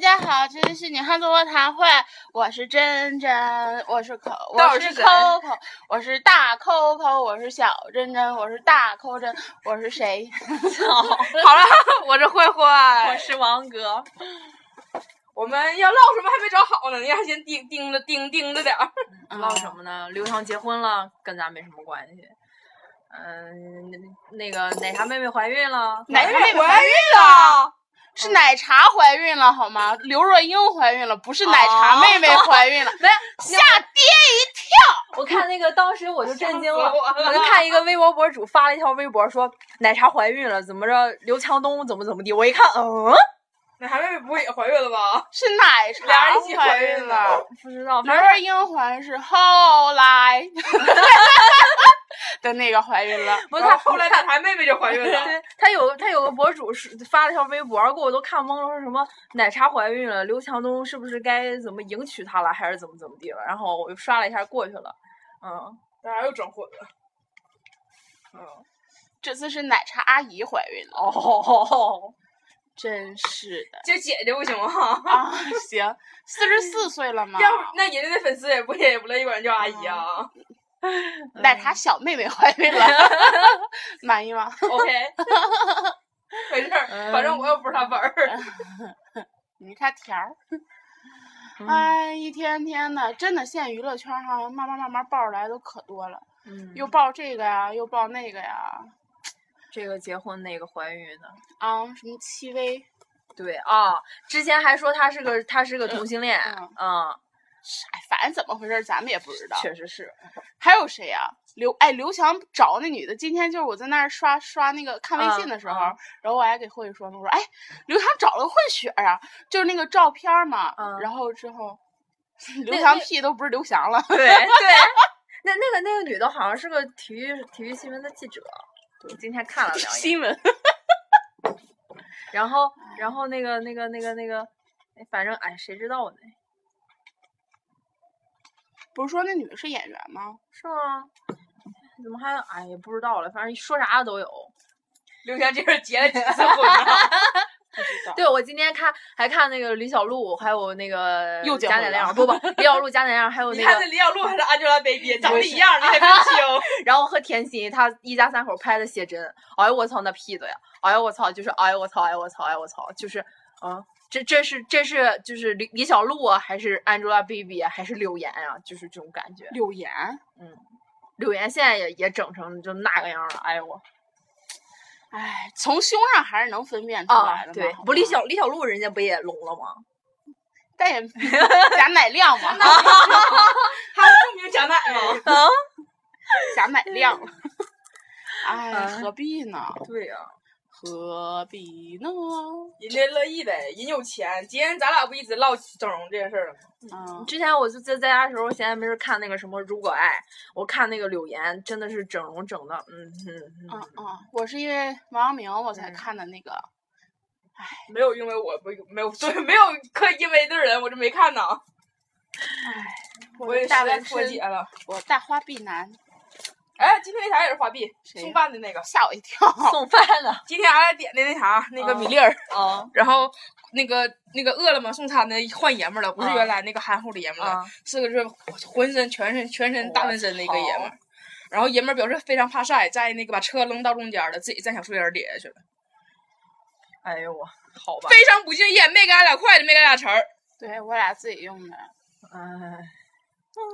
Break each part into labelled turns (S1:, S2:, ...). S1: 家好，这里是女汉子卧谈会，我是珍珍，我是口，
S2: 到
S1: 我
S2: 底
S1: 是
S2: 是谁
S1: Coco，我是大 Coco，我是小珍珍，我是大抠珍，我是谁？
S2: 好了，我是慧慧，
S3: 我是王哥，
S2: 我们要唠什么还没找好呢，你还先盯盯着盯盯着点儿。
S3: 嗯唠什么呢？刘翔结婚了，跟咱没什么关系。嗯，那个奶茶妹妹怀孕了，
S1: 奶茶妹妹
S2: 怀
S1: 怀
S2: 孕了，哦
S1: 是奶茶怀孕了好吗？刘若英怀孕了，不是奶茶
S3: 哦
S1: 妹 妹怀孕了，
S3: 没有，
S1: 吓爹
S3: 我看那个当时我就震惊了，
S2: 吓死 我了
S3: 我就看一个微博博主发了一条微博说奶茶怀孕了，怎么着刘强东怎么怎么地，我一看，嗯，
S2: 那还妹妹不会也怀孕了吧？
S1: 一跳，是奶茶
S2: 俩人一起怀
S1: 怀
S2: 孕
S1: 孕
S2: 了
S1: 了。
S3: 不知道，
S1: 刘
S3: 反正
S1: 若英怀孕是后 来的那个怀孕了。
S3: 不是
S2: 然
S3: 他
S2: 后后来奶茶妹妹就怀孕了，
S3: 对他有他有个博主是发了条微博，给我都看懵了，说什么奶茶怀孕了，刘强东是不是该怎么迎娶她了，还是怎么怎么地了？然后我又刷了一下过去了，嗯，
S2: 咱俩又整混了。
S1: 这次是奶茶阿姨怀孕了，
S3: 哦，
S1: 真是的
S2: 这姐姐不行吗？
S1: 啊！行，四十四岁了嘛，
S2: 要
S3: 啊
S2: 不那人家那粉丝也不也不乐意管人叫阿姨啊。
S1: 奶茶小妹妹怀 孕了，满意吗？
S2: OK，没事儿，
S3: 嗯
S2: 反正我又不是他本儿。
S1: 你看条儿，哎，一天天的，真的现在娱乐圈哈，慢慢慢慢爆出来都可多了，
S3: 嗯，
S1: 又爆这个呀，又爆那个呀，
S3: 这个结婚那个怀孕的，
S1: 啊，什么戚薇，
S3: 对啊、之前还说他是个他是个同性恋，
S1: 嗯
S3: 嗯，
S1: 哎，反正怎么回事儿咱们也不知道。
S3: 确实是，
S1: 还有谁呀、刘哎，刘翔找那女的，今天就是我在那儿刷刷那个看微信的时候，
S3: 嗯嗯
S1: 然后我还给慧慧说呢，我说哎，刘翔找了个混血儿啊，就是那个照片儿嘛，
S3: 嗯
S1: 然后之后。刘
S3: 那
S1: 翔
S3: 那
S1: 屁都不是刘翔 了，
S3: 对对，那那个那个女的好像是个体育体育新闻的记者，我今天看了两眼，
S1: 新 闻。
S3: 然后然后那个那个那个那个，哎反正哎谁知道呢？
S1: 不是说那女的是演员吗？
S3: 是吗？怎么还哎也不知道了，反正说啥的都有。
S2: 刘翔这是结了几次婚呢？
S1: 不知道。
S3: 对，我今天看还看那个李小璐，还有那个
S1: 又结
S3: 贾
S1: 婚
S3: 乃
S1: 了
S3: 亮， 不不，李小璐、贾乃亮，还有
S2: 你
S3: 那
S2: 看
S3: 个
S2: 那，李小璐还是 Angelababy，长得一样，你还分清？
S3: 然后和甜心他一家三口拍的写真，哎呦我操那屁的呀，哎呦我操就是哎呦我操哎呦我操哎呦我操就是嗯。这这是这是就是李李小璐啊，还是 Angelababy 啊，还是柳岩啊？就是这种感觉。嗯
S1: 柳岩，
S3: 柳岩现在也也整成就那个样了，哎呦我
S1: 哎，从胸上还是能分辨
S2: 哦
S1: 出
S3: 啊
S1: 来的、！嘛。
S3: 对
S1: 好，
S3: 不李
S2: 嗯
S1: 吗，
S3: 小李小璐人家不也聋了吗？
S1: 但也 贾乃亮 嘛，
S2: 他不明贾乃吗？
S3: 嗯
S1: 贾乃亮。 哎，
S3: 哎
S2: 嗯
S1: 何必呢？
S3: 对呀、
S1: 何必呢？
S2: 人家乐意呗，人有钱。今天咱俩不一直唠整容这件事儿吗？
S1: 嗯，
S3: 之前我就在在家的时候，闲着没事看那个什么《如果爱》，我看那个柳岩真的是整容整的，嗯嗯
S1: 嗯
S3: 嗯，
S1: 嗯，我是因为王阳明我才
S3: 嗯
S1: 看的那个，
S2: 没有，因为我不没有 对，没有可以因为的人，我就没看呢。我也
S1: 是
S2: 实
S1: 大
S2: 在
S1: 纹
S2: 脱
S1: 身
S2: 节，了。
S1: 我大花臂男，
S2: 哎，今天那啥也是花臂
S1: 谁
S2: 送饭的那个，
S1: 吓我一跳。 嗯
S3: 送饭 呢
S2: 今天俺俩点的那啥那个米粒儿，
S3: 啊
S2: 然后那个那个饿了么送餐的换爷们儿了，不是
S1: 嗯
S3: 啊
S2: 原来那个憨厚的爷们儿了，
S3: 啊！
S2: 是个是浑身全身全身大
S3: 我
S2: 纹身的一个爷们
S3: 操
S2: 儿。然后爷们儿表示非常怕晒，在那个把车扔到中间了，自己站小树林儿底下去了，
S3: 哎呦我，好吧，
S2: 非常不敬业，没给俺俩筷子，没给俺俩匙儿。
S1: 对我俩自己用的，
S3: 哎，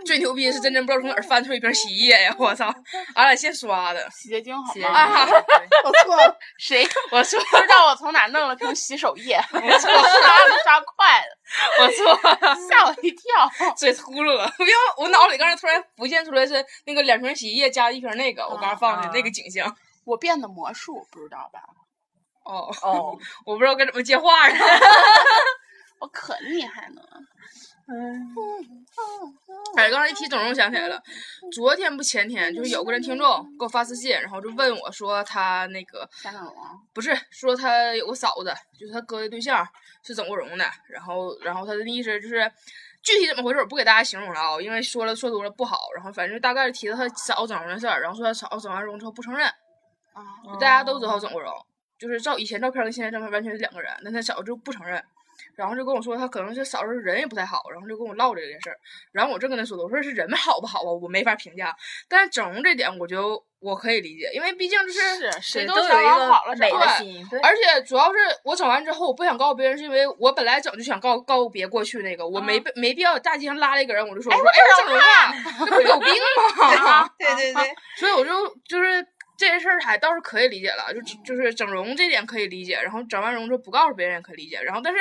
S2: 最牛逼的是真真不知道从哪儿翻出一瓶洗衣液呀！我操，俺俩现 刷的。
S1: 洗洁精好
S3: 谢谢你
S1: 吗？
S2: 啊
S3: 对
S1: 我错了， 谁
S2: 我错，
S1: 不知道我从哪儿弄了瓶洗手液，我刷了刷筷子，
S2: 我错，
S1: 吓我一跳。
S2: 嘴秃噜了，因 为我脑里刚才突然浮现出来是那个两瓶洗衣液加一瓶那个，我刚放的
S3: 啊
S2: 那个景象。
S1: 我变的魔术不知道吧？
S2: 哦，
S3: 哦，
S2: 我不知道该怎么接 话呢。
S1: 我可厉害呢。
S3: 嗯，
S2: 哎，刚才一提整容想起来了，昨天不前天就是有个人听众给我发私信，然后就问我说他那个
S1: 夏正荣，
S2: 不是说他有个嫂子，就是他哥的对象是整过容的，然后然后他的意思就是具体怎么回事我不给大家形容了啊、因为说了说多了不好，然后反正大概提到他嫂子整容的事儿，然后说他嫂子整完容之后不承认，
S1: 啊，
S2: 大家都知道整过容，就是照以前照片跟现在照片完全是两个人，但他嫂子就不承认。然后就跟我说他可能是小时候人也不太好，然后就跟我唠这件事儿。然后我正跟他说的，我说是人们好不好啊，我没法评价。但是整容这点，我就我可以理解，因为毕竟就
S1: 是
S2: 是
S1: 谁
S3: 对
S1: 都
S3: 都有
S1: 想
S3: 一
S1: 往
S3: 个
S1: 好了整
S3: 美的
S2: 对
S3: 心，对，
S2: 而且主要是我整完之后，我不想告诉别人，是因为我本来整就想告告别过去那个，我没、被没必要大街上拉了一个人，我就说，我说嗯哎，我整容了，这不有病吗？
S3: 对对对，
S1: 啊
S2: 所以我就就是这件事儿还倒是可以理解了，就就是整容这点可以理解，然后整完容之后不告诉别人也可以理解，然后但是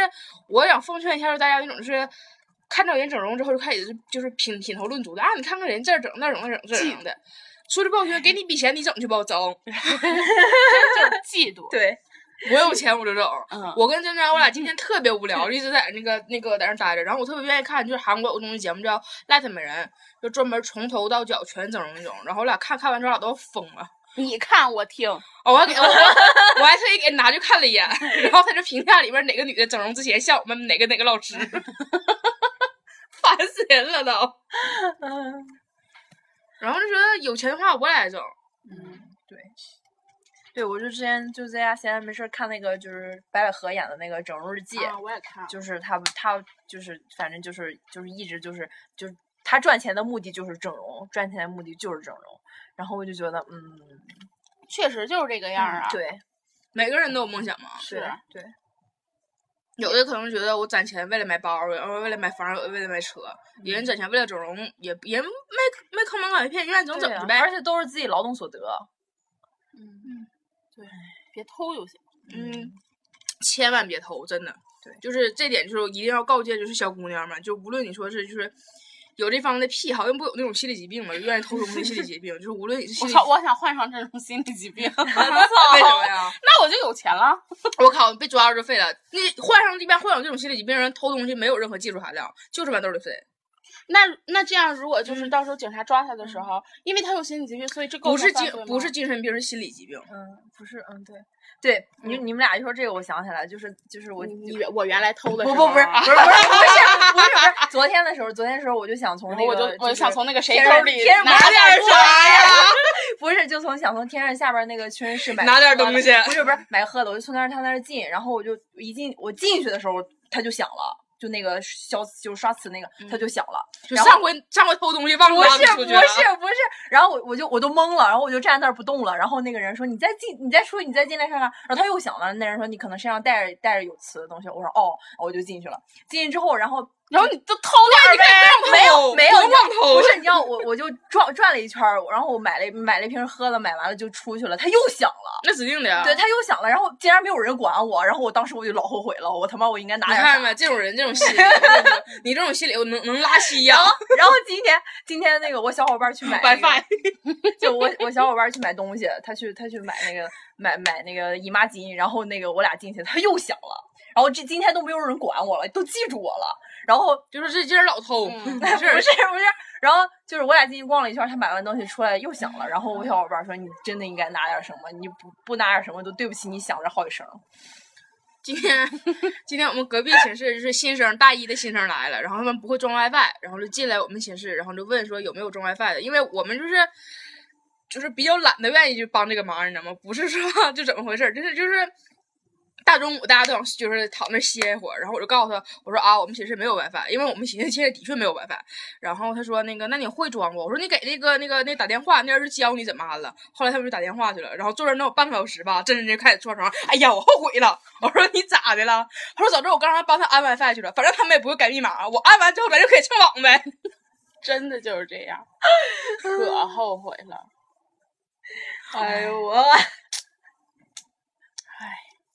S2: 我想奉劝一下大家那种就是。看到人整容之后就开始就就是品品头论足的啊！你看看人这儿整那儿整那儿整这儿整的，说句不好听，给你笔钱你整去吧，我整。
S1: 就是嫉妒。
S3: 对，
S2: 我有钱我就整，
S1: 嗯
S2: 我跟珍珍，我俩今天特别无聊，一直在那个那个在那待着。然后我特别愿意看，就是韩国有个综艺节目叫《邋遢美人》，就专门从头到脚全整容那种。然后我俩看看完之后，我俩都疯了。
S1: 你看我听，
S2: 哦、我还给我我我还特意给拿去看了一眼，然后他就评价里面哪个女的整容之前像我们哪个哪个 老师，烦死人了都。
S3: 嗯，
S2: 然后就觉得有钱的话我俩也整，
S3: 对，我就之前就在家闲着没事儿看那个就是白百合演的那个《整容日记》，
S1: 啊，我也看了。
S3: 就是他他就是反正就是就是一直就是就是他赚钱的目的就是整容，赚钱的目的就是整容。然后我就觉得，嗯，
S1: 确实就是这个样儿啊。
S3: 对，
S2: 每个人都有梦想嘛。
S1: 是啊
S3: 对对，
S2: 有的可能觉得我攒钱为了买包，有人为了买房，有人为了买车，
S3: 嗯
S2: 有人攒钱为了整容，也人没没坑蒙拐骗，愿意整整
S3: 对
S2: 去
S3: 啊
S2: 呗。
S3: 而且都是自己劳动所得。
S1: 嗯，对，别偷就行。
S2: 嗯，千万别偷，真的。
S3: 对
S2: 就是这点，就是一定要告诫，就是小姑娘们，就无论你说是就是有这方面的癖好，因为不有那种心理疾病嘛，就愿意偷东西的心理疾病，就是无论你是心
S1: 我
S2: 理，
S1: 操，我想患上这种心理疾病，
S2: 为什么呀？
S1: 那我就有钱了。
S2: 我靠，被抓着就废了。那患上一般患有这种心理疾病的人，偷东西没有任何技术含量，就是往兜里塞。
S1: 那那这样，如果就是到时候警察抓他的时候，因为他有心理疾病，所以这构
S2: 不
S1: 成
S2: 是
S1: 犯
S2: 精
S1: 罪吗
S2: 不是精神病，是心理疾病。
S3: 嗯，不是，嗯，对对，你你们俩一说这个，我想起来，就是就是我
S1: 嗯你你我原来偷的时
S3: 不
S1: 候
S3: 不不是
S1: 啊
S3: 不是不是不是不 是不是，昨天的时候，昨天的时候我就想从
S1: 然
S3: 那
S1: 后
S3: 个，
S1: 我就我就想从那个谁
S3: 天
S1: 兜
S3: 上
S1: 里
S3: 天 上
S1: 拿
S3: 拿
S1: 点
S3: 点
S1: 儿
S3: 儿
S1: 啥呀？
S3: 不是就从想从天上下边那个屈臣氏买
S2: 拿点
S3: 喝的
S2: 东西
S3: 不是不是买喝的，我就从那儿他那儿进，然后我就一进我进去的时候，他就响了，就那个消就是刷瓷那个，他就响了，
S2: 嗯就
S3: 然
S2: 上回上回偷东西忘
S3: 不
S2: 拉
S3: 是
S2: 你
S3: 不
S2: 出
S3: 是
S2: 去了，
S3: 不是，然后我我就我都懵了，然后我就站在那儿不动了，然后那个人说你再进你再出去你再进来看看，然后他又响了，那人说你可能身上带着带着有磁的东西，我说哦，我就进去了，进去之后然后
S1: 然后你都偷点儿呗，
S3: 没有没有，
S2: 哦不
S3: 你知道
S2: 忘偷
S3: 不。是，你知道我我就转转了一圈儿，然后我买了买了一瓶喝的，买完了就出去了，他又响了，
S2: 那指定的呀。
S3: 对，他又响了，然后竟然没有人管我，然后我当时我就老后悔了，我他妈我应该拿
S2: 你
S3: 点
S2: 看
S3: 啥。
S2: 吧，这种人这 种心理，我跟你说你这种心理我能能拉稀呀、
S3: 然后今天今天那个我小伙伴去买那个
S2: WiFi
S3: 就我我小伙伴去买东西，他去他去买那个买买那个姨妈巾，然后那个我俩进去，他又响了，然后这今天都没有人管我了，都记住我了，然后
S2: 就是这劲儿老偷，
S1: 嗯
S2: 没事
S3: 不
S2: 儿
S3: 是不是，然后就是我俩进去逛了一圈儿，他买完东西出来又响了，然后我小伙伴说你真的应该拿点什么，你不不拿点什么都对不起你响这好几声儿。
S2: 今天今天我们隔壁寝室就是新生大一的新生来了，然后他们不会装 WiFi，然后就进来我们寝室，然后就问说有没有装 WiFi 的，因为我们就是就是比较懒得愿意去帮这个忙，你知道吗？不是说 就怎么回事儿，就是就是。大中午大家都想就是躺那歇一会儿，然后我就告诉他，我说啊，我们寝室没有 WiFi，因为我们寝室现在的确没有 WiFi。然后他说那个，那你会装不？我说你给那个那个那打电话，那人就教你怎么安了。后来他们就打电话去了，然后坐这儿能有半个小时吧，真人就开始坐床，哎呀，我后悔了。我说你咋的了？他说早知道我刚才帮他安 WiFi 去了，反正他们也不会改密码，啊我安完之后咱就可以上网呗。
S1: 真的就是这 样，可后悔了。
S3: 哎呦我，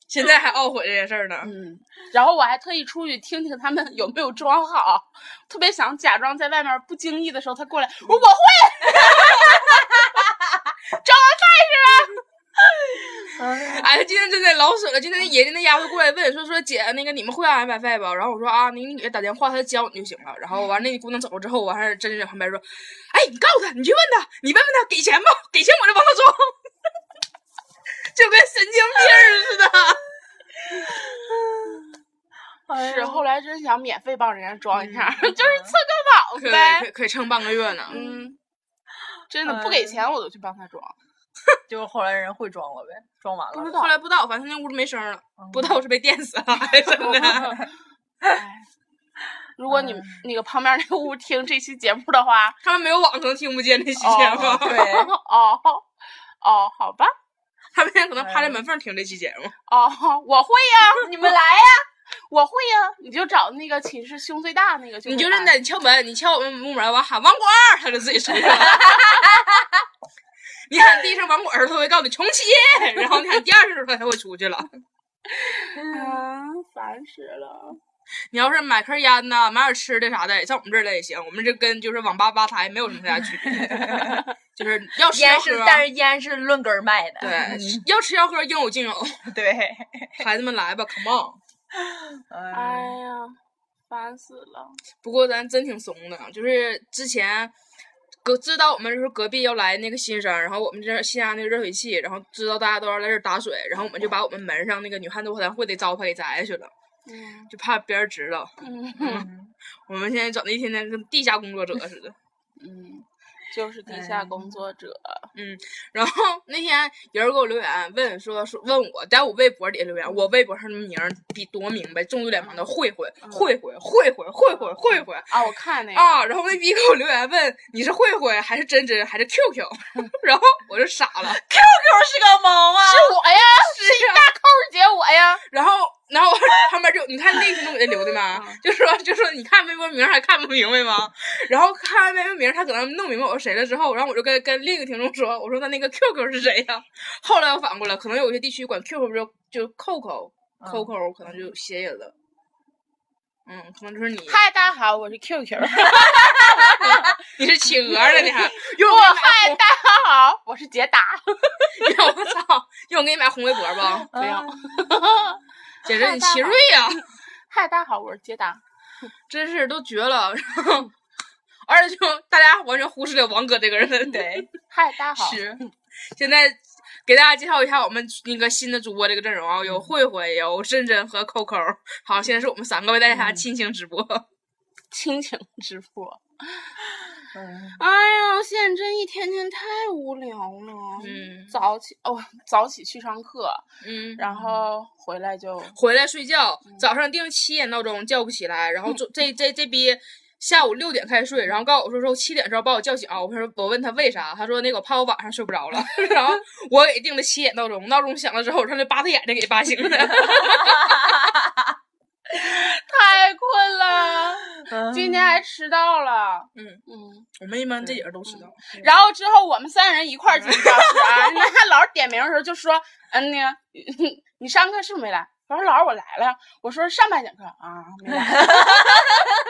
S2: 现在还懊悔这件事儿呢。
S1: 嗯，然后我还特意出去听听他们有没有装好，特别想假装在外面不经意的时候他过来，
S3: 嗯
S1: 我说我会，
S2: 哎，今天真的老损了。今天那人家那丫头过来问说说姐，那个你们会安 WiFi 吧？然后我说啊，你给他打电话，他教你就行了。然后完，那姑娘走了之后，完事儿真是在旁边说，哎，你告诉他，你去问他，你问问他给钱不？给钱我就帮他装， 就跟神经病儿似的。
S3: 哎
S1: 是
S3: 呦
S1: 后来真想免费帮人家装一下，
S3: 嗯
S1: 就是蹭个
S2: 可
S1: 网呗
S2: 以，可以撑半个月呢。
S1: 嗯，真
S3: 嗯
S1: 的不给钱我都去帮他 装，
S3: 就是后来人会装了呗，装完了呗。
S2: 后来不知道，反正那屋就没声儿了，
S3: 嗯
S2: 不知道是被电死了还是怎么的。
S1: 哎如果
S3: 嗯
S1: 你们那个旁边那个屋听这期节目的话，
S2: 他们没有网可能听不见这期节目，
S3: 哦对
S1: 哦哦，好吧，
S2: 他们现在可能趴在门缝听这期
S3: 哎
S2: 节目。
S1: 哦，我会呀，
S3: 你们来呀、
S1: 我会呀，你就找那个寝室胸最大那个就会
S2: 你
S1: 按，
S2: 就是在敲门，你敲我们木门，完喊王果儿，他就自己出去了。 你喊第一声王果儿，他会告诉你重启，然后你喊第二声的时候，他才会出去了。
S1: 嗯，烦死了。
S2: 你要是买根烟呐，买点吃的啥的，上我们这儿来也行。我们这跟就是网吧吧台没有什么太大区别， 就是要吃要
S3: 烟
S2: 喝
S3: 是，。但是烟是论根儿卖的。嗯
S2: 对，要吃要喝，应有尽有。
S3: 对，
S2: 孩子们来吧，Come on！
S1: 哎
S3: 嗯，
S1: 呀，烦死了。
S2: 不过咱真挺怂的，就是之前隔知道我们就是隔壁要来那个新生，然后我们这儿新安那个热水器，然后知道大家都要来这儿打水，然后我们就把我们门上那个女汉子座谈会的招牌给摘下去了，
S1: 嗯
S2: 就怕别人知道。
S1: 嗯
S2: 我们现在整的一天天跟地下工作者似的。
S1: 嗯，就是地下工作者。
S2: 然后那天有人给我留言问说说问我在我微博底下留言，我微博上的名儿比多明白，众多脸旁的慧慧慧慧慧慧慧慧慧慧
S1: 啊，我看那个，
S2: 啊，然后那逼给我留言问你是慧慧还是真真还 是 QQ，然后我就傻了，
S3: 就是个猫啊！
S1: 是我呀，是一大扣儿姐我呀。
S2: 然后然后我旁边就你看那天我给他留的吗？
S1: 嗯
S2: 就说就说你看微博名还看不明白吗？然后看完微博名，他可能弄明白我是谁了之后，然后我就跟跟另一个听众说，我说他那个 QQ 是谁呀、后来我反过来，可能有些地区管 QQ 就就 Coco
S3: 嗯
S2: Coco 可能就谐音了，嗯，可能就是你，
S1: 嗨，大家好，我是 QQ。
S2: 你是企鹅了，你还用
S1: 我
S2: 我给
S1: 嗨，大家好，我是杰达。
S2: 你买红，我操，用我给你买红围脖吧，
S1: 嗯
S3: 不 要，
S2: 简直你奇瑞呀、
S1: 嗨，大家好，我是杰达。
S2: 真是都绝了，然后而且就大家完全忽视了王哥这个人，
S3: 对，
S1: 嗨，大家好。
S2: 是。现在给大家介绍一下我们那个新的主播这个阵容啊，有慧慧，有珍珍和扣扣。好，现在是我们三个为大家亲情直播。
S1: 嗯亲情直播。
S3: 嗯
S1: 哎呀，现在真一天天太无聊了。
S2: 嗯
S1: 早起哦，早起去上课，
S2: 嗯，
S1: 然后回来就
S2: 回来睡觉，早上定七点闹钟叫不起来，然后这这这这逼。下午六点开睡，然后告诉我说说七点的时候把我叫醒啊，我说我问他为啥，他说那个我怕我晚上睡不着了， 然后我给定的七点闹钟，闹钟响了之后，我让那扒他眼睛给扒醒 的。
S1: 太困了，
S3: 嗯
S1: 今天还迟到了。
S2: 嗯
S1: 嗯，
S2: 我们一般这几个人都迟到，
S1: 然后之后我们三人一块儿进教室 啊，那他老师点名的时候就说，嗯，那个 你上课是不是没来？我说老师我来了，我说上半节课啊没来，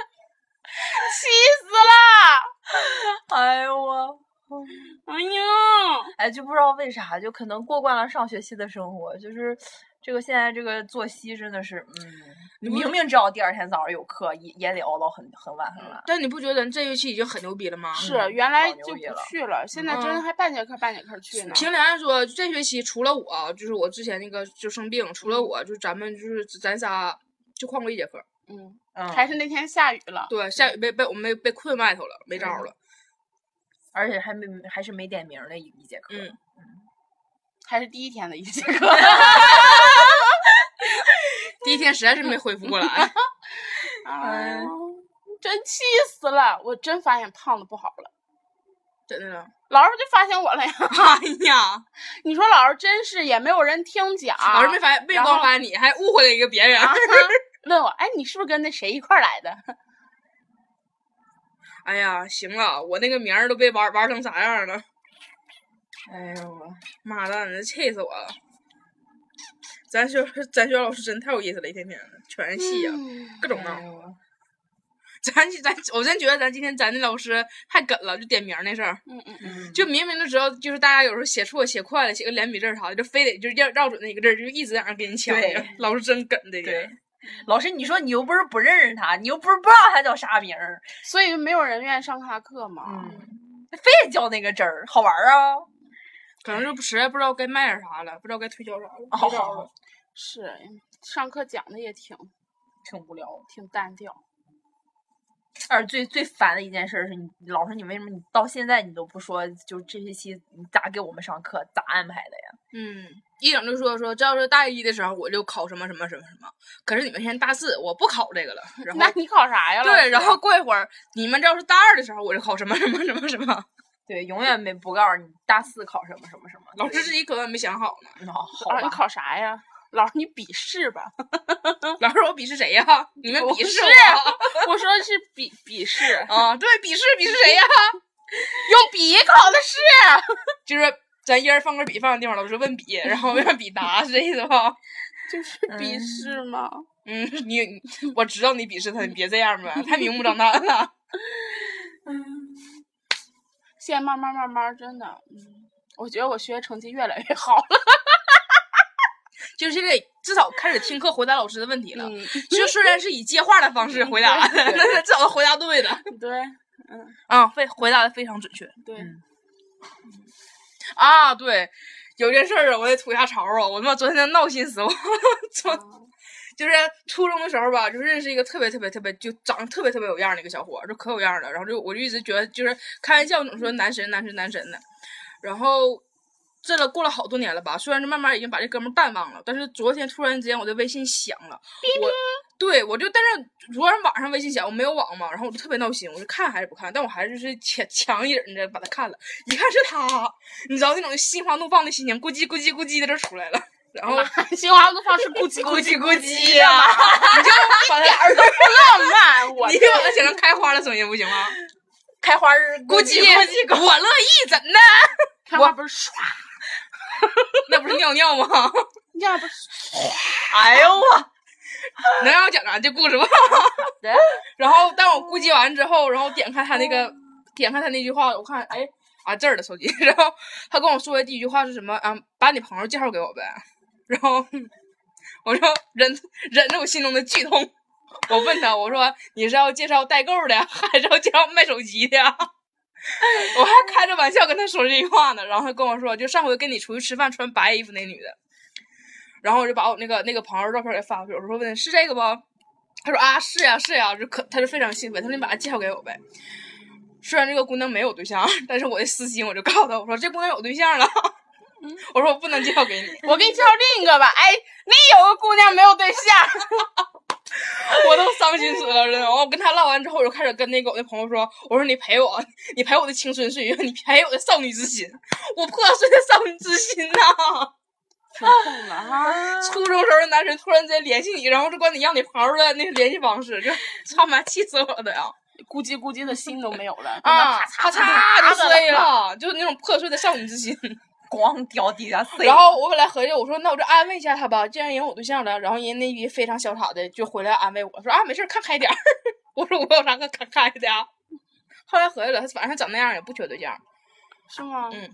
S1: 气死了！
S3: 哎呦我，
S1: 哎呀，
S3: 哎，就不知道为啥，就可能过惯了上学期的生活，就是这个现在这个作息真的是，嗯，你明明知道第二天早上有课，也也得熬到很很晚很晚。
S2: 但你不觉得咱这学期已经很牛逼了吗？
S1: 是
S3: 嗯
S1: 原来
S3: 老牛
S1: 就不
S3: 逼了
S1: 去了，现在
S2: 嗯
S1: 真还半节课半节课去呢。
S2: 凭良心说，这学期除了我，就是我之前那个就生病，除了我，就咱们就是咱仨就旷过一节课。
S1: 嗯，
S3: 嗯，
S1: 还是那天下雨了。
S2: 对，下雨被被我们被被困外头了，没招儿了。
S3: 而且还没还是没点名儿的一一节课。
S2: 嗯
S1: 还是第一天的一节 课。哎
S2: 第一天实在是没恢复过 来。
S1: 哎呦真气死了！我真发现胖子不好了，
S2: 真的呢。
S1: 老师就发现我了呀。
S2: 哎 呀，
S1: 你说老师真是也没有人听讲，
S2: 老师没发现，没
S1: 然后
S2: 光发现你，还误会了一个别人。
S1: 啊问我，哎，你是不是跟那谁一块儿来的？
S2: 哎呀，行了，我那个名儿都被玩玩成啥样了，
S3: 哎呦我，
S2: 妈蛋，你气死我了！咱学咱学校老师真太有意思了，一天天的全是戏呀、
S1: 嗯
S2: 各种闹
S3: 哎。呦我，
S2: 咱咱我真觉得咱今天咱那老师太梗了，就点名儿那事儿，
S1: 嗯嗯，
S3: 嗯，
S2: 就明明都知道，就是大家有时候写错、写快了，写个两笔字儿啥的，就非得就是要绕准那一个字儿，就一直在那儿给你抢
S3: 对。
S2: 老师真梗这个
S3: 对
S2: 人，。
S3: 老师，你说你又不是不认识他，你又不是不知道他叫啥名儿，
S1: 所以没有人愿意上他课嘛。
S3: 嗯，非得叫那个真儿，好玩儿啊！
S2: 可能就不实在不知道该卖点啥了，不知道该推销啥了，
S3: 好
S2: 没招了。
S1: 是，上课讲的也挺
S3: 挺无聊的。
S1: 挺单调。
S3: 但是最最烦的一件事儿是你老师，你为什么你到现在你都不说，就这学期你咋给我们上课，咋安排的呀？
S2: 嗯，一整就说说，这要是大一的时候我就考什么什么什么什么，可是你们现在大四，我不考这个了，然
S1: 那
S2: 后。
S1: 你考啥呀？老
S2: 对，
S1: 师
S2: 然后过一会儿你们这要是大二的时候，我就考什么什么什么什么，
S3: 对，永远没不告诉你大四考什么什么什么。
S2: 老师自己可能没想好
S3: 哦，
S2: 呢。
S3: 好
S1: 啊老师你
S3: 吧，
S1: 考啥呀？老师你笔试吧。
S2: 老师，我鄙视谁呀、你们 鄙
S1: 不
S2: 视
S1: 嗯是啊
S2: 我
S1: 我说的是笔笔试，
S2: 啊？对，鄙视鄙视谁呀、
S1: 用笔考的试。
S2: 就是咱一人放根笔放个地方，老师问笔，然后让笔答，是这意思吧？
S1: 就是笔
S3: 嗯
S1: 试吗？
S2: 嗯，你你我知道你鄙视他，你别这样吧，太明目张胆了。
S1: 现在慢慢慢慢，真的，嗯，我觉得我学习成绩越来越好了。
S2: 就是这个，至少开始听课回答老师的问题了。
S1: 嗯，
S2: 就虽然是以接话的方式回答， 但是至少回答对了。
S1: 对
S2: 啊，非回答的非常准确。
S1: 对，
S3: 嗯
S2: 啊，对，有件事儿啊，我得吐一下槽啊！我他妈昨天闹心死我， 昨就是初中的时候吧，就认识一个特别特别特别就长得特别特别有样儿的一个小伙儿，就可有样儿了。然后就我就一直觉得就是开玩笑总说男神男神男神的，然后这了过了好多年了吧，虽然是慢慢已经把这哥们儿淡忘了，但是昨天突然之间我的微信响了，我对我就但是昨天晚上微信响，我没有网嘛，然后我就特别闹心，我是看还是不看，但我还是就是强强忍着把它看了，一看是他，你知道那种心花怒放的心情，咕叽咕叽咕叽的就出来了，然后。
S1: 嗯新华怒放是咕叽咕
S2: 咕
S1: 叽
S2: 叽
S1: 咕
S2: 咕
S1: 叽
S2: 叽
S1: 呀、
S2: 呀、你就把它耳朵，
S1: 浪漫，我
S2: 你就把它写成开花的声音不行吗？
S3: 开花日
S2: 咕叽咕叽，我乐意，怎的？
S1: 看花不是唰，
S2: 那不是尿尿吗？
S1: 要不是
S3: 哎呦我，
S2: 能让我讲完这故事吗？
S3: 对
S2: 然后，但我估计完之后，然后点开他那个，点开他那句话，我看，哎，啊这儿的手机。 然后他跟我说的第一句话是什么？啊，把你朋友介绍给我呗。然后我说忍忍着我心中的剧痛，我问他，我说你是要介绍代购的，还是要介绍卖手机的？ 我还开着玩笑跟他说这句话呢。然后他跟我说，就上回跟你出去吃饭穿白衣服那女的。然后我就把我那个那个朋友照片给发过去，我说问他是这个不？他说啊是呀、是呀、就可他就非常兴奋，他说你把她介绍给我呗。虽然这个姑娘没有对象，但是我的私心我就告诉他，我说这姑娘有对象了，我说我不能介绍给你，
S1: 嗯我给你介绍另一个吧。哎，那有个姑娘没有对象，
S2: 我都伤心死了，真的。然后我跟他唠完之后，我就开始跟那个我那朋友说，我说你陪我，你陪我的青春岁月，你陪我的少女之心，我破碎的少女之心呐、
S1: 挺痛的
S3: 啊
S1: 哈。
S2: 初中时候的男神突然之间联系你，然后就管你要你朋友的那个联系方式，就操妈气死我 的呀！
S1: 咕叽咕叽的心都没有了，
S2: 啊，
S1: 咔
S2: 咔
S1: 嚓嚓
S2: 嚓就
S1: 的啊
S2: 碎了，就是那种破碎的少女之心。
S3: 咣掉地下碎
S2: 然后我本来合计，我说那我就安慰一下他吧，既然人有对象了，然后人那逼非常潇洒的就回来安慰我说啊，没事儿，看开点儿。 我说我有啥可看开的呀？后来合计了，他反正长那样也不缺对象。
S1: 是吗？
S2: 嗯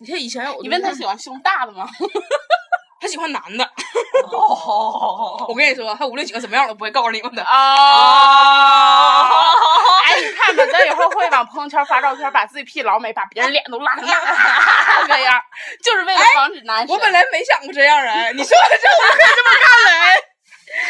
S2: 你看以前有
S1: 你问他喜欢胸大的吗？
S2: 他喜欢男的，
S3: 哦，
S2: 我跟你说，他无论喜欢什么样，我都不会告诉你们的。
S1: 哦啊！哎，你看吧，咱以后会往朋友圈发照片，把自己 P 老美，把别人脸都拉成大 这样，就是为了防止男神。
S2: 我本来没想过这样哎，你说的这我可这么看来。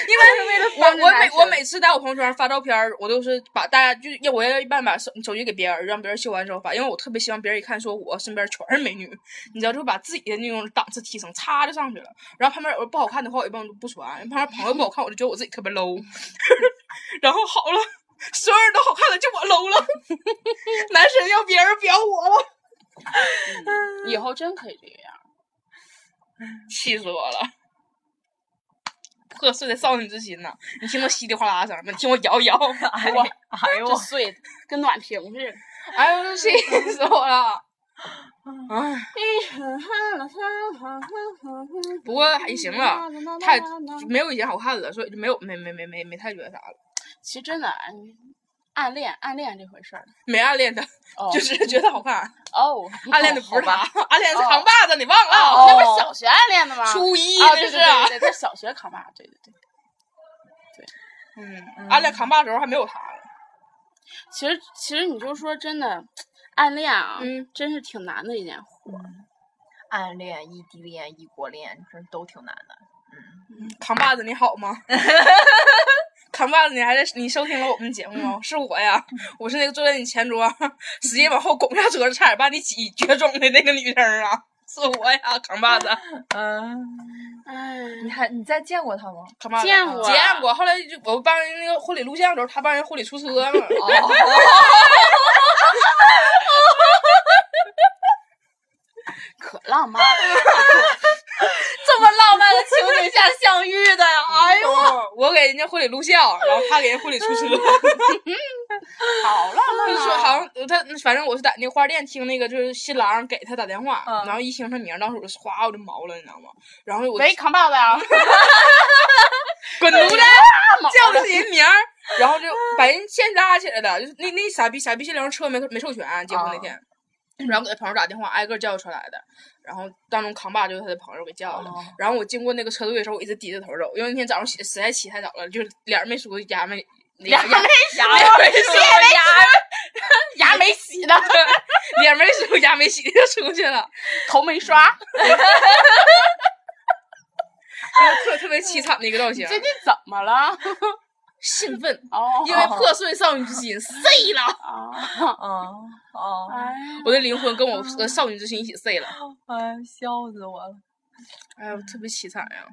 S2: 因
S1: 防
S2: 为
S1: 止
S2: 我我
S1: 男
S2: 每
S1: 神
S2: 我每次在我朋友圈发照片儿，我都是把大家就要我要一般把手手机给别人，让别人修完之后发，因为我特别希望别人一看说我身边全是美女，你知道就把自己的那种档次提升，嚓就上去了。然后旁边有人不好看的话，我一般都不传，因为旁边朋友不好看，我就觉得我自己特别 low。然后好了，所有人都好看了，就我 low 了， 男神要别人表我了，
S1: 嗯以后真可以这样。
S2: 气死我了！破碎的少女之心呐、你听我稀里哗啦声吗？你听我摇一摇，
S3: 哎
S1: 我
S3: 哎呦
S1: 这碎的跟暖瓶似 的。
S2: 哎呦，气死我了！哎，不过还行 了，太没有以前好看了，所以就没有没没没没没太觉得啥了，
S1: 其实真的，暗恋暗恋这回事儿，
S2: 没暗恋的，
S1: 哦
S2: 就是觉得好看，
S1: 哦，
S2: 暗恋的不是他，暗恋的是扛把子，你忘
S1: 哦，
S2: 了？
S1: 那不是小学暗恋的吗？
S2: 初一
S1: 啊，
S2: 那
S1: 对对
S2: 是，
S1: 对 对，他小学扛把，对对对。
S2: 嗯，暗恋扛把的时候还没有他呢，
S1: 其实其实你就说真的，暗恋啊，
S2: 嗯
S1: 真是挺难的一件活。
S3: 暗恋、异地恋、异国恋，这都挺难的。
S2: 扛把子你好吗？扛把子，你还在你收听了我们节目吗？是我呀，我是那个坐在你前桌，使劲往后拱下桌子，差点把你挤绝种的那个女生啊，是我呀，扛把子，
S3: 嗯，
S1: 哎，
S3: 你还你再见过他吗？
S2: 扛把子，
S1: 见过
S2: 见过。后来就我帮人那个婚礼录像的时候，他帮人婚礼出车嘛，
S1: 哦可浪漫了。
S3: 这么浪漫的情景下相遇的呀！哎 呦，
S2: 我我给人家婚礼录像，然后他给人婚礼出 车。
S1: 好浪
S2: 他
S1: 漫
S2: 就
S1: 啊！
S2: 说好像他，反正我是在那个花店听那个，就是新郎给他打电话，
S3: 嗯
S2: 然后一听他名儿，当时我就哗我就毛了，你知道吗？然后我
S1: 喂，扛把子 啊！
S2: 滚犊子，
S1: 大毛
S2: 叫
S1: 的
S2: 的是人名儿， 然后就把人现拉起来的，就是那那傻逼傻逼新郎车没没授权，结婚那天，然后给他朋友打电话，挨个叫出来的，然后当中扛把就是他的朋友给叫的，然后我经过那个车队的时候，我一直低着头走，因为那天早上起实在起太早了，就是脸儿没梳，牙没
S1: 牙没
S2: 牙
S1: 牙
S2: 没梳，
S1: 牙没洗呢，
S2: 脸没梳，牙没洗就出去了。
S1: 头没 刷，
S2: 特特别凄惨的一个造型，
S1: 最近怎么了？
S2: 兴奋，
S1: 哦，
S2: 因为破碎少女之心碎了，
S1: 啊，
S3: 嗯嗯，
S1: 哎，
S2: 我的灵魂跟我的少女之心一起碎了，
S3: 哎，笑死我了！
S2: 哎呦，特别凄惨呀，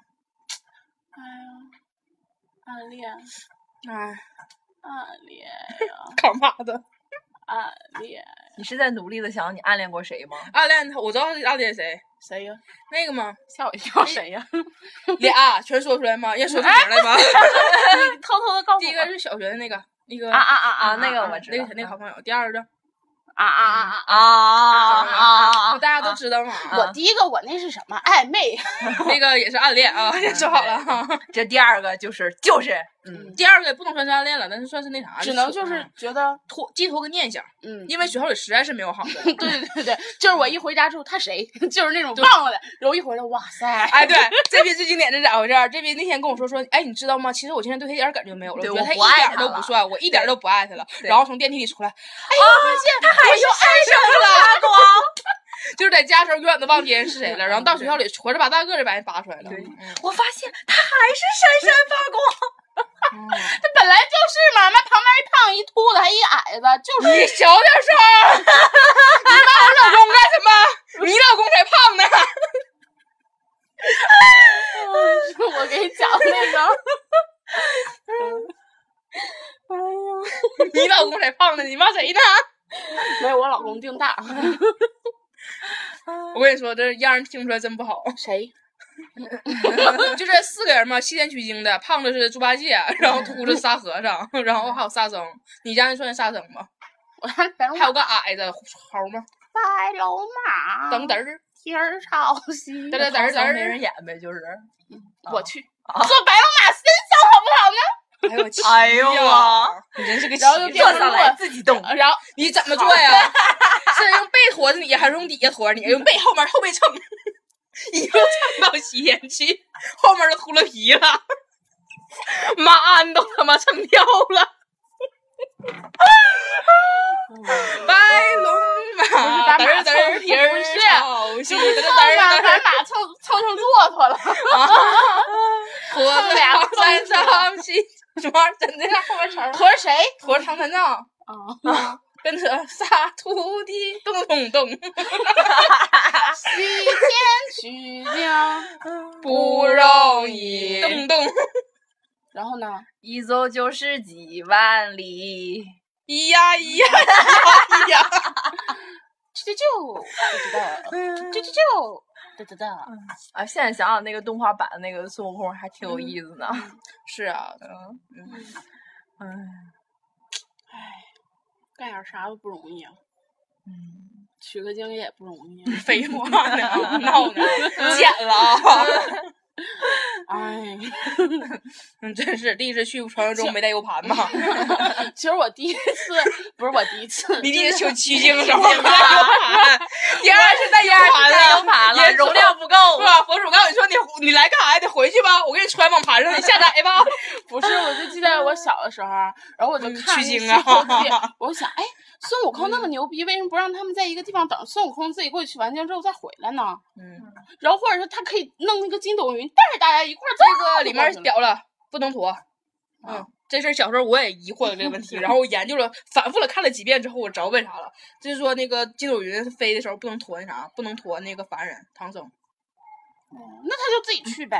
S1: 哎呀，暗恋，
S2: 哎，
S1: 暗恋，
S2: 扛把子，
S1: 暗恋，
S3: 你是在努力的想你暗恋过谁吗？
S2: 暗恋他，我知道他暗恋谁，
S1: 谁呀？
S2: 那个吗？
S1: 吓我一跳，谁呀？
S2: 俩全说出来吗？要说出名来吗？
S1: 你偷偷的告诉
S2: 第一
S1: 我
S2: 个是小学的那个，那个
S3: 啊啊啊啊！那个
S2: 那
S3: 我知道，
S2: 那个那个好朋友。第二个，
S1: 啊啊啊啊！
S3: 啊啊啊啊！
S2: 大家都知道嘛，啊
S1: 我第一个我那是什么哎暧昧？
S2: 那个也是暗恋啊，先说好了哈。
S3: 这第二个就是就是，嗯，
S2: 第二个也不能算是暗恋了，但是算是那啥，
S1: 只能 就是觉得，
S2: 托寄托个念想，
S1: 嗯，
S2: 因为学校里实在是没有好 的。
S1: 对对对对，就是我一回家之后，他谁 就是那种忘了的，然后一回来，哇 塞，
S2: 哎，对，这边最经典的是咋回事儿？这边那天跟我说说，哎，你知道吗？其实我现在对他一点儿感觉没有了，
S3: 对
S2: 我觉得
S3: 我不
S2: 他
S3: 爱
S2: 一点儿
S3: 他
S2: 都
S3: 了
S2: 不帅，我一点儿都不爱他了。
S3: 对哎
S2: 然后从电梯里出来，
S3: 他还是爱上了光。
S2: 就是在家时候永远都忘别人是谁了。然后到学校里活着把大个儿就把人扒出来了。
S3: 对
S2: 嗯
S3: 我发现他还是闪闪发光。
S1: 他本来就是嘛，那旁边一胖一秃子还一矮子，就是
S2: 你小点声儿！ 你骂我老公干什么？你老公才胖呢！
S1: 我给你讲那个，
S2: 你老公才胖呢！你骂谁呢？
S1: 没有我老公定大，
S2: 我跟你说，这让人听出来真不好。
S1: 谁？
S2: 就这四个人嘛，西天取经的，胖子是猪八戒，啊然后 秃子是沙和尚，然后还有沙僧。你家那算沙僧吗？
S1: 我让白龙
S2: 还有个矮的猴吗？
S1: 白龙马，
S2: 噔嘚儿，
S1: 天儿朝西啊
S2: 嘚。儿嘚儿嘚
S3: 没人
S2: 儿，
S3: 演呗，就是。
S1: 我去，坐白龙马身上好不好呢？
S2: 哎呦我去！
S3: 哎呦
S2: 呀
S3: 我，
S2: 你真是个
S1: 然后就
S2: 奇
S1: 变
S2: 葩
S3: 坐
S1: 成
S3: 上来自己动。
S1: 呃
S2: 然后你怎么做 呀？是用背驮着你，还是用底下驮着你？用背后面后背蹭，一路蹭到西天去，后面都秃了皮了，马鞍都他妈蹭掉了。白龙马，
S1: 不是打马
S2: 嘚儿嘚儿
S1: 蹭
S2: 皮儿
S1: 不是
S2: 朝西，嘚儿
S1: 蹭
S2: 嘚
S1: 把
S2: 儿嘚儿
S1: 白马蹭蹭成骆驼 了，
S2: 驮着梁山上西，什么真的后面词儿
S1: 驮谁？
S2: 驮着唐三藏，
S1: 啊，
S2: 跟着仨徒弟咚咚咚。
S1: 西天取经。
S2: 不容易。
S3: 咚
S2: 咚，
S1: 然后呢？
S3: 一走就是几万里。
S2: 咿呀咿呀咿呀咿呀，
S1: 啾啾啾，不知道，啾啾啾，哒哒哒。
S3: 啊，现在想想那个动画版的那个孙悟空还挺有意思呢。
S2: 是啊，
S3: 嗯嗯
S1: 干点啥都不容易啊，
S3: 嗯，
S1: 取个经也不容 易。啊
S2: 废话呢，啊嗯闹呢，剪了啊！
S1: 哎，
S2: 嗯，真是第一次去传说中没带 U 盘 吗？
S1: 其实我第一次不是我第一 次，
S2: 你 第一次去取经的时候没带 U 盘，第二次带 U 盘了，
S3: U 盘
S2: 也
S3: 了，
S2: 是
S3: 容量不够
S2: 是。吧？博主告诉你说你你来干啥呀？得回去吧，我给你传网盘上，你下载吧。
S1: 不是，我就记得我小的时候，啊然后我就
S2: 嗯
S1: 看那
S2: 取经
S1: 西
S2: 啊嗯
S1: 游记》， 我想，哎，孙悟空那么牛逼，为什么不让他们在一个地方等孙悟空自己过去取完经之后再回来呢？
S2: 嗯，
S1: 然后或者是他 可以弄那个筋斗云带着大家一块儿
S2: 这个里
S1: 面
S2: 面表了，不能驮。嗯，这事儿小时候我也疑惑了这个问题，然后我研究了，反复了看了几遍之后，我知道为啥了。就是说那个筋斗云飞的时候不能驮那啥，不能驮那个凡人唐僧。
S1: 那他就自己去呗。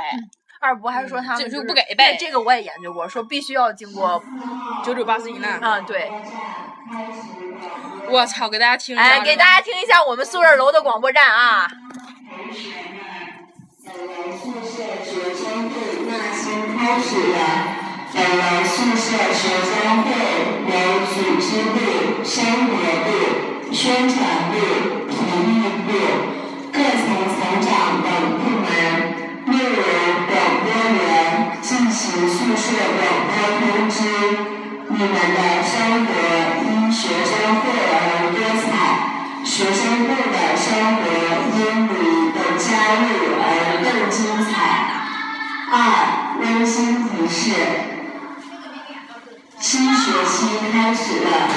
S3: 二伯还说他
S2: 嗯
S3: 们
S2: 这就是不给呗
S3: 对这个我也研究过，说必须要经过
S2: 九九八十一难，
S3: 啊，对，
S2: 我操！给大家听一 下，
S3: 哎，给大家听一下我们宿舍楼的广播站啊。
S4: 新学期开始了，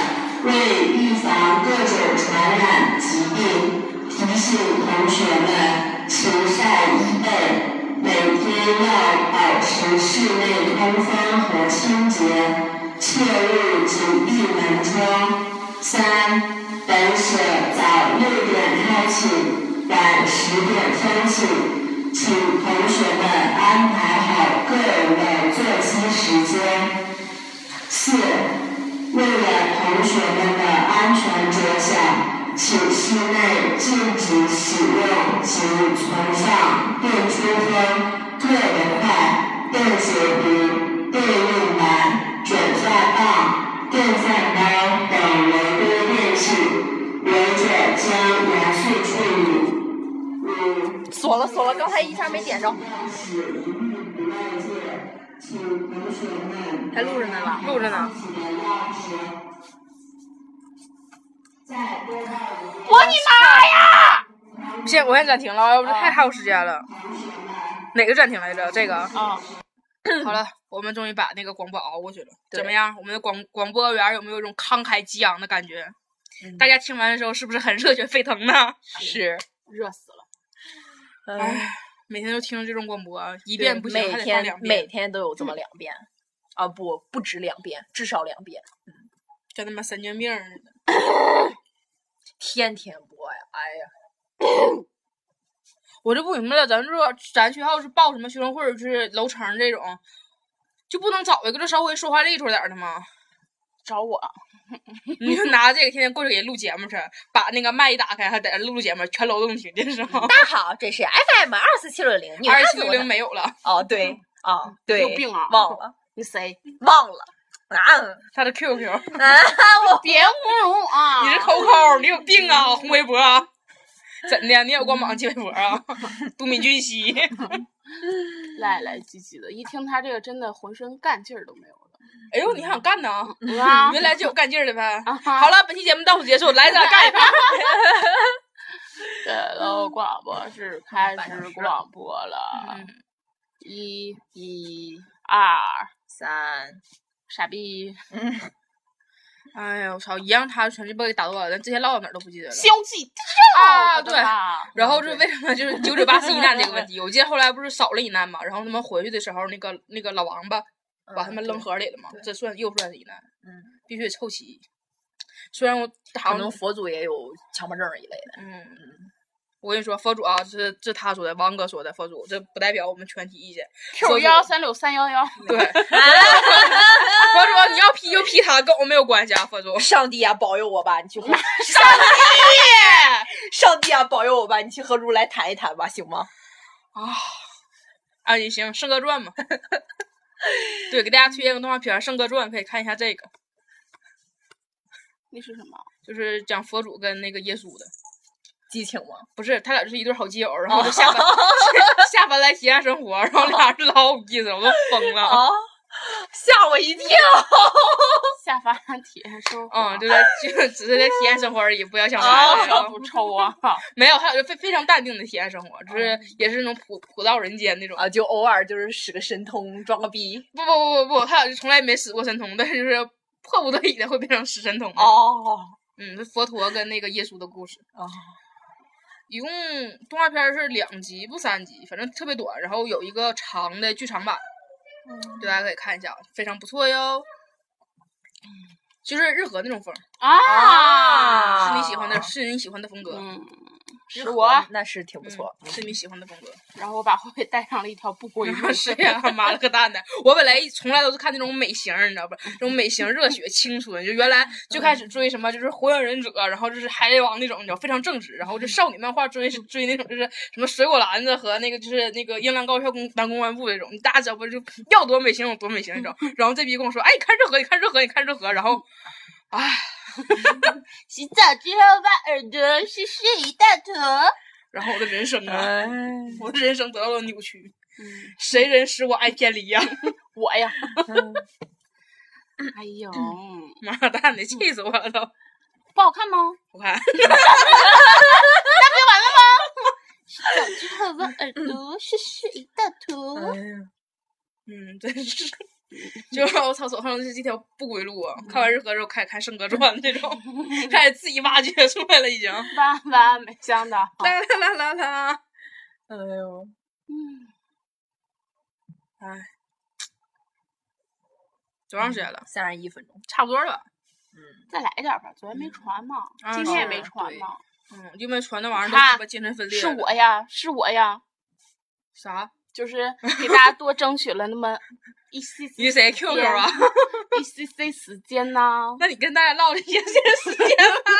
S4: 为预防各种传染疾病，提醒同学们勤晒衣被，每天要保持室内通风和清洁，切勿紧闭门窗。三，本舍早六点开启，晚十点封起，请同学们安排好个人的作息时间。四，为了同学们的安全着想，寝室内禁止使用及存放电吹风、个人筷、电水壶、电用板、卷发棒、电饭煲等违规电器，违者将严肃处理。
S3: 嗯锁了锁了，刚才一下没点着，还录着呢吧？
S2: 录着呢。
S1: 我你妈呀！
S2: 现我先暂停了，要不太耗时间了。哪个暂停来着？这个啊。
S1: 啊，
S2: 好了，我们终于把那个广播熬过去了，
S3: 对
S2: 怎么样？我们的广广播员有没有一种慷慨激昂的感觉？大家听完的时候是不是很热血沸腾呢？
S3: 嗯是，
S1: 热死了。
S3: 哎，
S2: 每天都听着这种广播，一
S3: 一
S2: 遍不行
S3: 每
S2: 还得放
S3: 天
S2: 两
S3: 每
S2: 遍，嗯
S3: 天都有这么两遍，啊不不止两遍，至少两遍，
S2: 跟他妈神经病似的。
S3: 天天播呀，哎呀，
S2: 我就不明白了，咱说咱学校是报什么学生会儿，就是楼层这种，就不能找一个就稍微说话利索点儿的吗？
S1: 找我，
S2: 你就拿这个天天过去给人录节目去，把那个麦一打开，还在那录录节目，全楼都能听见是吗？
S3: 大家好，这是 FM 二四七六零，女
S2: 二
S3: 汉
S2: 七
S3: 子
S2: 六
S3: 我
S2: 零嗯
S3: 的
S2: 没有了，
S3: 哦对啊对，
S1: 有病啊
S3: 忘了
S1: 你 谁？
S3: 忘了啊
S2: 他的 QQ。
S3: 啊我
S1: 别侮辱我啊！
S2: 你是抠抠，你有病啊！红围脖啊，怎的？你也光膀鸡围脖啊？都敏俊熙，
S1: 赖赖唧唧的，一听他这个，真的浑身干劲儿都 没有了。
S2: 哎呦，你还想干呢？
S1: 啊
S2: 原来就有干劲儿的呗。
S1: 啊哈
S2: 好了，本期节目到此结束，来，咱俩 干一盘。
S1: 对，然后广播是开始广播了，
S2: 嗯
S1: 一、一、二，
S3: 三
S1: 傻逼，
S2: 哎呀，我操！一让他全部被打断了，这些唠到哪儿都不记 得了。
S1: 经济跳
S2: 啊对
S1: 吧
S2: 然后就是为什么就是九九八十一难这个问 题？我记得后来不是少了一难嘛，然后他们回去的时候，那个那个老王八把他们扔河里了嘛，这算又算是一难，
S3: 嗯，
S2: 必须得凑齐。虽然我好
S3: 可
S2: 像
S3: 能佛祖也有强迫症一类的。
S2: 嗯，我跟你说，佛祖啊，这这他说的，王哥说的，佛祖这不代表我们全体意见。
S1: Q 幺三六三幺幺，
S2: 对，佛祖你要批就批他，跟我没有关系啊，佛祖。
S3: 上帝啊，保佑我吧！你去和上帝， 上帝啊，保佑我吧！你去和如来谈一谈吧，行吗？
S2: 啊啊，也行，《圣哥传》嘛。 对，给大家推荐个动画片儿《圣哥传》，可以看一下这个，
S1: 那是什么？
S2: 就是讲佛祖跟那个耶稣的。
S3: 激情吗？哦
S2: 不是，他俩就是一对好基友，然后就下班 下班来体验生活，然后俩人老有意思了，我都疯了。
S3: 啊，吓我一跳！
S1: 下发体验生活，
S2: 嗯，就在就只是在体验生活而已，不要想歪
S3: 哦
S2: 了。
S1: 啊，
S2: 然后
S1: 要不抽 啊！
S2: 没有，还有就非非常淡定的体验生活，
S3: 哦
S2: 就是也是那种普普到人间那种。
S3: 啊，就偶尔就是使个神通，装个逼。
S2: 不不不不不，他俩就从来没使过神通，但是就是迫不得已的会变成使神通的。
S3: 哦
S2: 嗯，这佛陀跟那个耶稣的故事，
S3: 哦，
S2: 一共动画片儿是两集不三集，反正特别短，然后有一个长的剧场版。对，大家可以看一下，非常不错哟。就是日和那种风，
S1: 啊
S2: 是你喜欢的，是你喜欢的风格，
S1: 嗯，
S3: 日
S1: 是
S3: 和
S1: 我，
S3: 那是挺不错。
S2: 是你喜欢的风格。
S1: 然后我把慧慧带上了一条不归路。
S2: 啊是呀、妈了个蛋的！我本来一从来都是看那种美型儿，你知道不？这种美型儿热血青春，就原来最开始追什么就是《火影忍者》，然后就是《海贼王》那种，你知道非常正直。然后就少女漫画追是追那种就是什么水果篮子和那个就是那个樱兰高校公当公关部这种，大家知道不？就要多美型有多美型那 种。然后这逼跟我说：“哎，你看热河，你看热河，你看热河。”然后，唉，
S1: 洗澡之后把耳朵是睡一大坨。
S2: 然后我的人生啊，
S3: 哎，
S2: 我的人生得到了扭曲。
S1: 嗯
S2: 谁人使我爱偏离呀、
S1: 我呀，
S3: 嗯
S1: 哎呦，
S2: 妈了蛋的，气死我了都！
S1: 不好看吗？
S2: 我看。
S1: 之后把耳朵是睡一大
S3: 哎
S1: 坨。
S2: 嗯，真是，就我操，走上的是这条不归路啊！看完《日和》之后，开始看《圣歌传》那种， 开始自己挖掘出来了，已经。
S1: 万万没想到，
S2: 啦啦啦啦啦！
S3: 哎呦，
S1: 嗯，
S2: 多长时间了？
S3: 三十一分钟，
S2: 差不多了吧。
S1: 再来点儿吧，昨天没传嘛，
S2: 啊
S1: 今天也
S2: 是
S1: 没传
S2: 对
S1: 嘛。
S2: 嗯，因为传那玩意儿都
S1: 看
S2: 鸡巴精神分裂
S1: 是
S2: 了。
S1: 我呀，是我呀，
S2: 啥？
S1: 就是给大家多争取了那么一丝丝
S2: 你谁 QQ 啊？
S1: 一丝丝时间呐。
S2: 那你跟大家唠这些时间吧。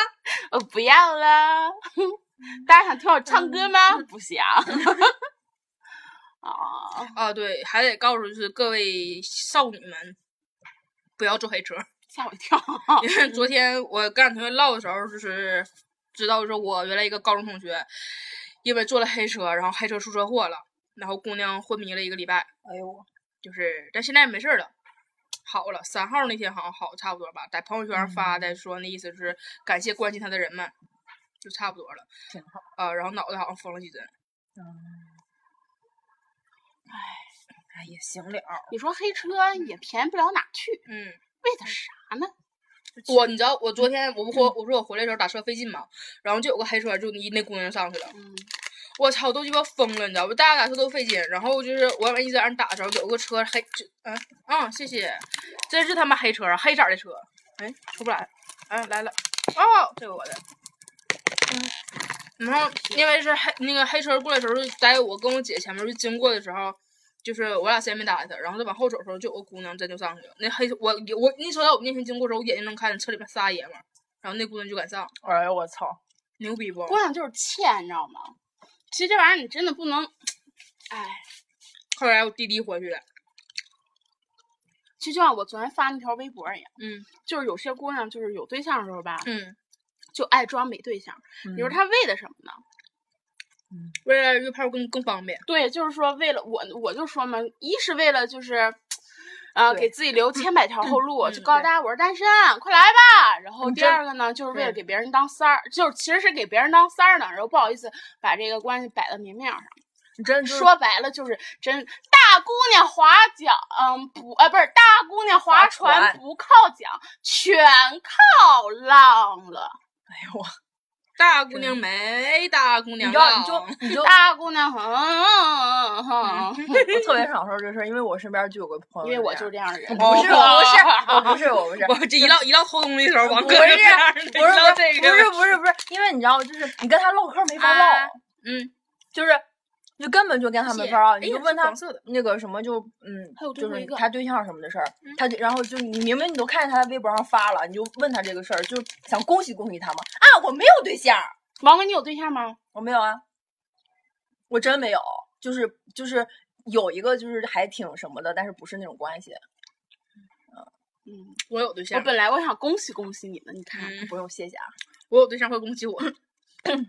S1: 我不要了。 大家想听我唱歌 吗？不想。啊，
S2: 啊，对，还得告诉就是各位少女们，不要坐黑车。
S1: 吓我一跳。
S2: 因为昨天我跟俺同学唠的时候，就是知道说我原来一个高中同学，因为坐了黑车，然后黑车出车祸了，然后姑娘昏迷了一个礼拜，
S3: 哎呦，
S2: 就是但现在没事儿了。好了，三号那天好像好差不多吧，在朋友圈发的说那意思是感谢关心他的人们，就差不多了。
S3: 挺好。
S2: 啊、然后脑袋好像缝了几针。
S3: 哎，也行了。
S1: 你说黑车也便宜不了哪去，
S2: 嗯，
S1: 为的啥呢？
S2: 我你知道我昨天我不我我说我回来的时候打车费劲嘛，然后就有个黑车就一那姑娘上去了。
S1: 嗯，
S2: 我操，都鸡巴疯了，你知道不？大家打车都费劲，然后就是我一直在那打的时候，有个车黑，就嗯嗯，谢谢，真是他妈黑车啊，黑色儿的车，哎，出不来，哎来了，哦，这个我的，嗯，然后因为是黑那个黑车过来的时候，在我跟我姐前面就经过的时候。就是我俩谁也没搭理他，然后他往后走的时候，就有个姑娘真就上去了。那黑我我那车在我面前经过的时候，我眼睛能看见车里面仨爷们儿，然后那姑娘就敢上，
S3: 哎呦，我操！
S2: 牛逼不？
S1: 姑娘就是欠，你知道吗？其实这玩意儿你真的不能，哎，
S2: 后来我弟弟回去了，
S1: 就就像我昨天发那条微博一样，
S2: 嗯
S1: 就是有些姑娘就是有对象的时候吧，
S2: 嗯，
S1: 就爱装没对象。你说
S3: 嗯
S1: 她为了什么呢？
S2: 为了约炮更更方便。
S1: 对，就是说为了我，我就说嘛，一是为了就是，呃，
S3: 对
S1: 给自己留千百条后路，就
S2: 嗯
S1: 告诉
S2: 对嗯
S1: 大家我是单身，快来吧。然后
S3: 你
S1: 第
S3: 这
S1: 二个呢，就是为了
S2: 对
S1: 给别人当三儿，就是其实是给别人当三儿呢，然后不好意思把这个关系摆到明面上。
S3: 你真的就是
S1: 说白了就是真大姑娘划桨，嗯，不，啊，不是大姑娘划
S3: 划
S1: 船
S3: 船
S1: 不靠桨，全靠浪了。
S3: 哎呦我，
S2: 大姑娘没大姑娘
S3: 你知道你
S2: 浪
S3: 就 你就
S1: 大姑娘，
S3: 嗯
S1: 哼哼哼，
S3: 我特别享受这事儿，因为我身边就有个朋友
S1: 因
S3: 这样，
S1: 为我就是这样的人。哦
S3: 不是我不是 我不是我不是
S2: 我这一唠一唠偷东西的时候，王
S3: 不
S2: 哥
S3: 是
S2: 就这样的，
S3: 不是
S2: 一唠这
S3: 不
S2: 个
S3: 是不是不是，因为你知道，就是你跟他唠嗑没法
S2: 啊
S3: 唠，
S2: 嗯，
S3: 就是就根本就跟他没
S2: 姐
S3: 法唠，
S2: 哎
S3: 你就
S2: 呀
S3: 问
S2: 是
S3: 他
S2: 黄色的
S3: 那个什么就嗯
S1: 还有，最
S3: 就
S1: 后
S3: 是
S1: 一个嗯
S3: 他对象什么的事儿，他就然后就你明明你都看见他在微博上发了，你就问他这个事儿，就想恭喜恭喜他嘛啊，我没有对象儿，
S1: 王哥，你有对象吗？
S3: 我没有啊，我真没有，就是就是有一个就是还挺什么的，但是不是那种关系，
S1: 嗯，
S2: 我有对
S1: 我
S3: 哦
S2: 象，
S1: 本来我想恭喜恭喜你呢，你看，
S2: 嗯
S3: 不用谢谢 啊，
S2: 我有对象会攻 击我，快攻 击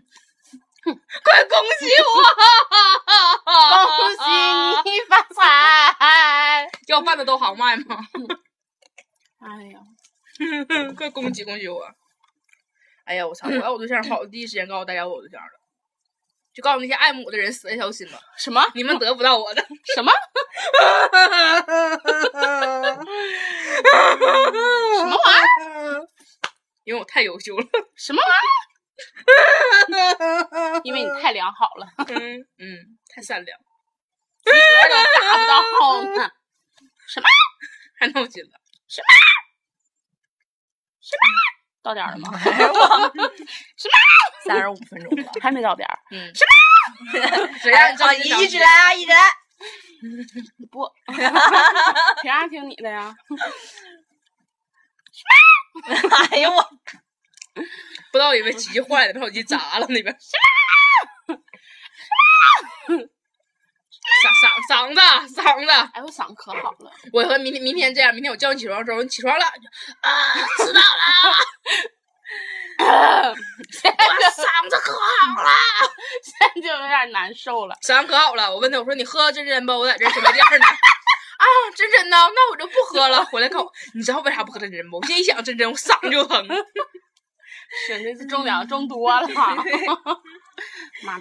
S2: 我！
S1: 恭喜你发财。
S2: 要饭的都豪迈吗？
S1: 哎呀，
S2: 快攻击攻击我！哎呀，我操！我要有对象的话，我第一时间告诉大家我有对象了，就告诉那些爱慕我的人死一条心吧，
S1: 什么
S2: 你们得不到我的。
S1: 什么什么玩意儿？
S2: 因为我太优秀了。
S1: 什么玩意儿？因为你太良好了，
S2: 嗯嗯，太善良。
S1: 别人达不到呢。什么
S2: 太闹心了。
S1: 到点儿了吗？
S3: 三十五分钟 了，
S1: 还没到点 儿，
S2: 嗯，什么？
S1: 哎
S2: 谁让你这
S3: 啊，
S2: 么
S3: 你
S2: 着急
S3: 一直来啊，一直来。
S1: 你不，凭啥听你的呀？
S3: 哎呦我，
S2: 不知道以为机器坏了，把手机砸了 那边。 嗓嗓嗓子嗓子，
S1: 哎，我嗓子可好了，
S2: 我和明天明天这样，明天我叫你起床的时候，你起床了啊，知道了，我嗓子可好了，
S1: 现在就有点难受了。
S2: 嗓子可好了。我问他，我说你喝真真不？我在这小卖店呢。 啊，真真呢？那我就不喝了。回来看我，你知道为啥不喝真真不？我现在一想真真，我嗓子就疼。
S1: 是这次中奖中多了，妈的，
S2: 他妈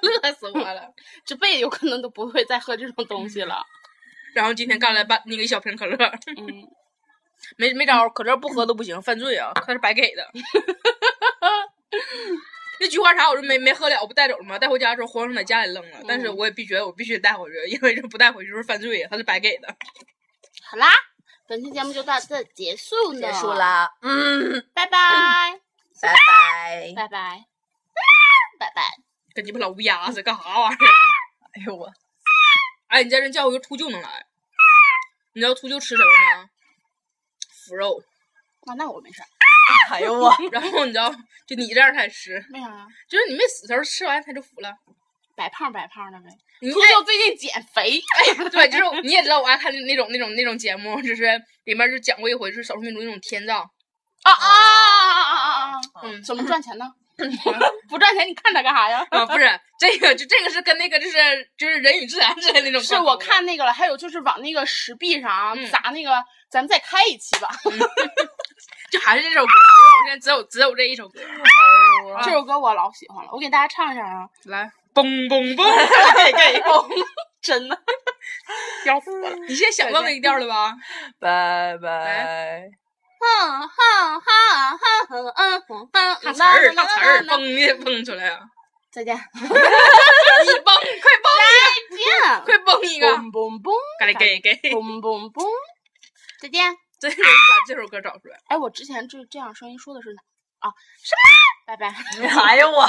S2: 乐死我了。
S1: 这辈子有可能都不会再喝这种东西了。
S2: 然后今天干了半那个一小瓶可乐，
S1: 嗯，
S2: 没没
S3: 嗯
S2: 招儿，可乐不喝都不行，犯罪啊，他是白 给的。那菊花茶我就没没喝了，我不带走了吗？带回家的时候，活生在家里扔了，但是
S3: 嗯
S2: 我也必须我必须带回去，因为这不带回去就是犯罪呀，啊他是白给的。
S1: 好啦，本期节目就到这结束了，
S3: 结束，
S1: 啊
S3: 啦，嗯，
S1: 拜拜，
S3: 拜拜。
S1: 拜拜，拜拜。
S2: 跟鸡巴老乌鸦似的，干啥玩意儿？啊
S3: 哎呦我，
S2: 哎，你在这叫我就秃鹫能来。你知道秃鹫吃什么吗？腐肉。
S1: 啊，那我没事儿，
S3: 哎呦 我，
S2: 然后你知道，就你这样才吃，
S1: 为啥呀？
S2: 就是你没死的时候吃完它就腐了。
S1: 白胖白胖的呗。
S2: 你
S1: 秃鹫最近减肥，
S2: 对，就是你也知道，我爱看那种那种那种节目，就是里面就讲过一回，就是少数民族那种天葬，
S1: 啊啊啊啊啊啊！
S2: 嗯
S1: 怎么赚钱呢？不赚钱你看它干啥呀？
S2: 啊，不是这个，就这个是跟那个就是就是人与自然之类那种
S1: 是
S2: 挂钩
S1: 我
S2: 的，
S1: 看那个了，还有就是往那个石壁上啊
S2: 嗯
S1: 砸那个，咱们再开一期吧。
S2: 就还是这首歌，因为我现在只有只有这一首歌，
S3: 哎
S2: 啊
S1: 这首歌我老喜欢了，我给大家唱一下啊，
S2: 来，嘣嘣 嘣，
S3: 呦我，
S1: 真的要死我了。
S2: 你现在想到那个调了吧？
S3: 拜拜。
S1: 哼哼哼哼哼哼嗯哼，
S2: 唱词儿，唱词儿，嘣的蹦出来啊！
S1: 再见，
S2: 你蹦，快蹦
S1: 再见
S2: 一个，快蹦一个，
S1: 嘣嘣嘣，
S2: 赶紧 给给，
S1: 嘣嘣嘣，再见。
S2: 真人把这首歌找出来，
S1: 哎，我之前这这样声音说的是哪？啊，什么？拜拜。
S3: 哎呦我。